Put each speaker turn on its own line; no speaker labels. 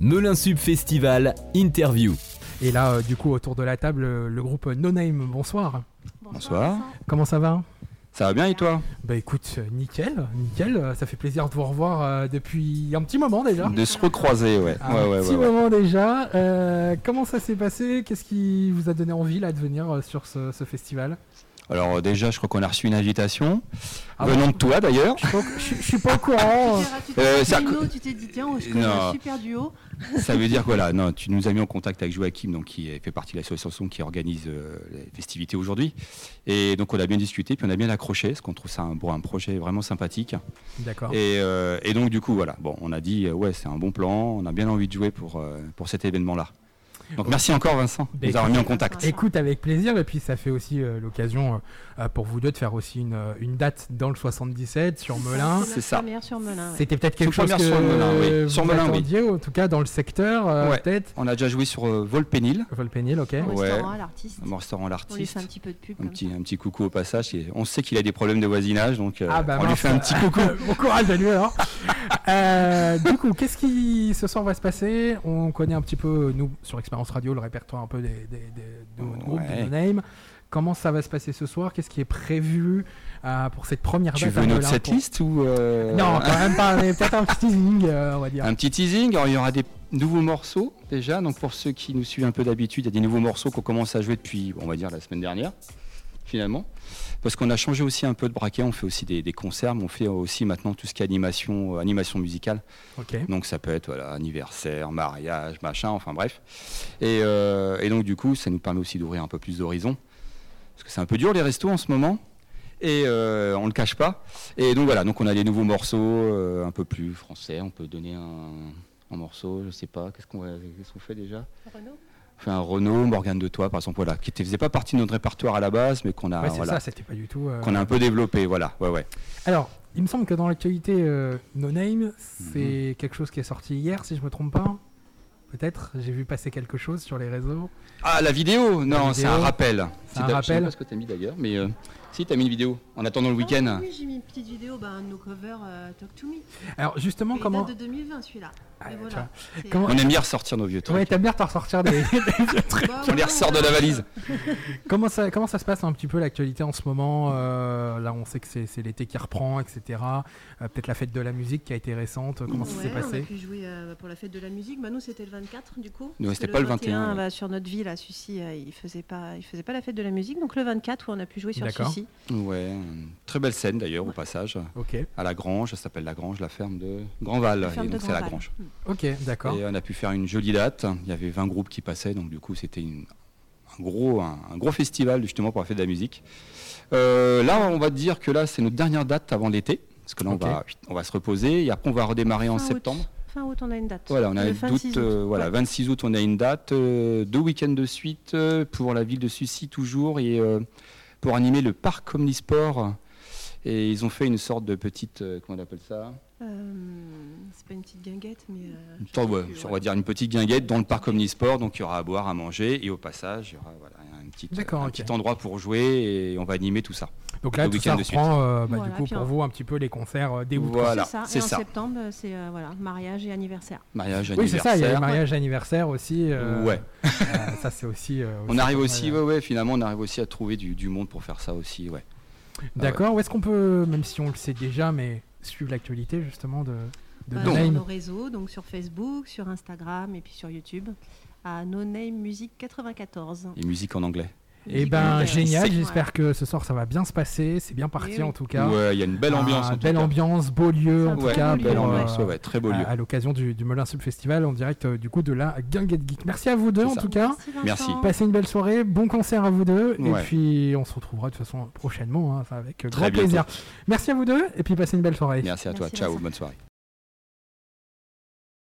Melun Sub Festival Interview.
Et là, euh, du coup, autour de la table, euh, le groupe No Name, bonsoir.
Bonsoir.
Comment ça va
Ça va bien et toi
Bah écoute, euh, nickel, nickel. euh, Ça fait plaisir de vous revoir euh, depuis un petit moment déjà.
De se recroiser, ouais.
Un
ouais, ouais,
petit
ouais, ouais.
moment déjà. Euh, comment ça s'est passé Qu'est-ce qui vous a donné envie là de venir euh, sur ce, ce festival
Alors euh, déjà, je crois qu'on a reçu une invitation.
Ah
Venant de toi d'ailleurs.
Je suis pas- Je je suis pas au courant.
Tu
Euh,
t'es
ça-
dit Nino, tu t'es dit tiens, je connais
Non.
un super duo.
Ça veut dire que voilà, non, tu nous as mis en contact avec Joachim, donc, qui fait partie de l'association qui organise euh, les festivités aujourd'hui. Et donc on a bien discuté, puis on a bien accroché, parce qu'on trouve ça un, bon, un projet vraiment sympathique.
D'accord.
Et, euh, et donc du coup, voilà, bon, on a dit, euh, ouais, c'est un bon plan, on a bien envie de jouer pour, euh, pour cet événement-là. Donc merci encore Vincent de nous avoir mis en contact.
Écoute avec plaisir et puis ça fait aussi euh, l'occasion euh, euh, pour vous deux de faire aussi une, euh, une date dans le 77 sur Melun.
c'est ça.
Première sur Melun. ouais.
C'était peut-être quelque
Sous
chose
première
que
sur Melun, oui.
euh,
Sur
vous
Melun, oui.
attendiez, en tout cas dans le secteur euh,
Ouais.
peut-être.
On a déjà joué sur euh, Volpénil,
Volpénil, ok.
Au
Ouais.
restaurant, à l'artiste.
mon restaurant
On lui fait
l'artiste.
un petit peu de pub.
Un
comme
petit, un petit coucou au passage. et on sait qu'il a des problèmes de voisinage, donc euh,
Ah bah
on lui
mince.
fait un petit coucou.
bon courage à lui alors. Euh, du coup, qu'est-ce qui ce soir va se passer On connaît un petit peu, nous, sur Expérience Radio, le répertoire un peu des, des, des- de notre groupe,
Ouais.
de No Name. Comment ça va se passer ce soir Qu'est-ce qui est prévu euh, pour cette première date
Tu veux
à
notre
Melun pour-
setlist ou euh,
Non,
un,
quand même pas, mais peut-être un petit teasing, euh, on va dire.
un petit teasing Alors, Il y aura des nouveaux morceaux déjà. Donc pour ceux qui nous suivent un peu d'habitude, il y a des nouveaux morceaux qu'on commence à jouer depuis, on va dire, la semaine dernière, finalement. Parce qu'on a changé aussi un peu de braquet. On fait aussi des, des concerts, mais on fait aussi maintenant tout ce qui est animation, euh, animation musicale.
Ok.
Donc ça peut être voilà, anniversaire, mariage, machin, enfin bref. Et, euh, et donc du coup, ça nous permet aussi d'ouvrir un peu plus d'horizons. Parce que c'est un peu dur les restos en ce moment. Et euh, on le cache pas. Et donc voilà, donc on a des nouveaux morceaux euh, un peu plus français. On peut donner un, un morceau, je sais pas, qu'est-ce qu'on qu'est-ce qu'on fait déjà
ça. Renaud
On fait un Renault, Morgane de Toi, par exemple, voilà, qui ne faisait pas partie de notre répertoire à la base, mais qu'on a,
Ouais, c'est
Ah, voilà,
ça, c'était pas du tout. euh,
qu'on a un peu développé, voilà, ouais, ouais.
Alors, il me semble que dans l'actualité euh, No Name,
Mhm.
c'est quelque chose qui est sorti hier, si je me trompe pas. Peut-être, j'ai vu passer quelque chose sur les réseaux.
Ah, la vidéo
La
Non, c'est un
vidéo.
rappel.
C'est
Si
un
t'as- Je sais
rappel.
pas ce que t'as mis d'ailleurs, mais euh, si, t'as mis une vidéo en attendant le week-end.
Ah, oui, j'ai mis une petite vidéo, bah, un de nos covers euh, Talk to Me.
Alors, justement,
Il
comment.
date de 2020 celui-là.
Ah,
Et
tu
voilà. C'est-
Comment-
On aime bien ressortir nos vieux
vois.
trucs.
Ouais, t'aimes bien te ressortir des.
Bah,
on
ouais,
les ressort de la valise.
comment, ça, comment ça se passe un petit peu l'actualité en ce moment euh, Là, on sait que c'est c'est l'été qui reprend, etc. Euh, Peut-être la fête de la musique qui a été récente. Comment ça
Ouais,
s'est
On a
passé
pu jouer euh, pour la fête de la musique. Bah, nous, c'était le 24 du coup.
Nous,
Parce
c'était
que
pas le 21, ouais.
bah, sur notre ville à Sucy, euh, il faisait pas, il faisait pas la fête de la musique. Donc le 24, où on a pu jouer sur
D'accord.
Sucy.
Ouais, une très belle scène d'ailleurs, au passage.
Ok,
À la Grange, ça s'appelle la Grange, la ferme de Grandval.
ferme
Et
de
donc, c'est la
Grandval.
Grange.
ok, d'accord.
Et euh, on a pu faire une jolie date. Il y avait 20 groupes qui passaient, donc du coup, c'était une- un, gros, un, un gros festival justement pour la fête de la musique. Euh, là, on va te dire que là, c'est notre dernière date avant l'été. Parce que là, on,
Ok.
va, on va se reposer et après, on va redémarrer en
Fin août.
septembre.
Fin août, on a une date.
Voilà, on a
le
une
26
doute,
août.
euh, voilà,
Ouais.
26 août, on a une date, euh, deux week-ends de suite euh, pour la ville de Sucy toujours et euh, pour animer le parc Omnisport. Et ils ont fait une sorte de petite, euh, comment on appelle ça
Euh, c'est pas une petite guinguette, mais. euh,
Une sorte- ouais, On va dire une petite guinguette dans le parc Omnisport. Donc il y aura à boire, à manger et au passage, il y aura voilà, un, petit, euh,
D'accord,
un
ok.
petit endroit pour jouer et on va animer tout ça.
Donc là,
le
tout
week-end
ça
de suite.
reprend, euh, bah,
Voilà,
du coup,
puis
pour
on-
vous, un petit peu les concerts euh, dès août.
Voilà,
c'est ça.
c'est
Et en
ça.
septembre, c'est euh, voilà, mariage et anniversaire.
Mariage,
Oui, c'est ça, il y a le
anniversaire.
mariage anniversaire aussi. euh,
Ouais.
euh, ça, c'est aussi. euh,
On arrive aussi,
ouais.
ouais, ouais, finalement, on arrive aussi à trouver du, du monde pour faire ça aussi, ouais.
D'accord, où est-ce qu'on peut, même si on le sait déjà, mais suivre l'actualité justement de, de
Bah,
No
sur
Name
nos réseaux, donc sur Facebook, sur Instagram et puis sur YouTube. À No Name Music 94.
Et musique en anglais.
Eh ben,
Ouais.
génial,
C'est-
j'espère que ce soir ça va bien se passer, c'est bien parti
Eh Oui, oui.
en tout cas.
Ouais, il y a une belle ambiance.
Ah,
en tout
belle
cas.
ambiance, beau lieu en
C'est un
tout
très
cas.
beau lieu,
pour,
belle
ouais.
ambiance,
euh,
ouais, très beau lieu.
à, à l'occasion du, du Melun Sub Festival en direct euh, du coup de la Guinguette Geek. Merci à vous deux
C'est
en
ça.
tout cas.
Merci.
Vincent.
Passez une belle soirée, bon concert à vous deux,
Ouais.
et puis on se retrouvera de toute façon prochainement, hein, ça, avec
Très
grand
bientôt.
plaisir. Merci à vous deux, et puis passez une belle soirée.
Merci à toi.
Merci,
Ciao,
Vincent.
bonne soirée.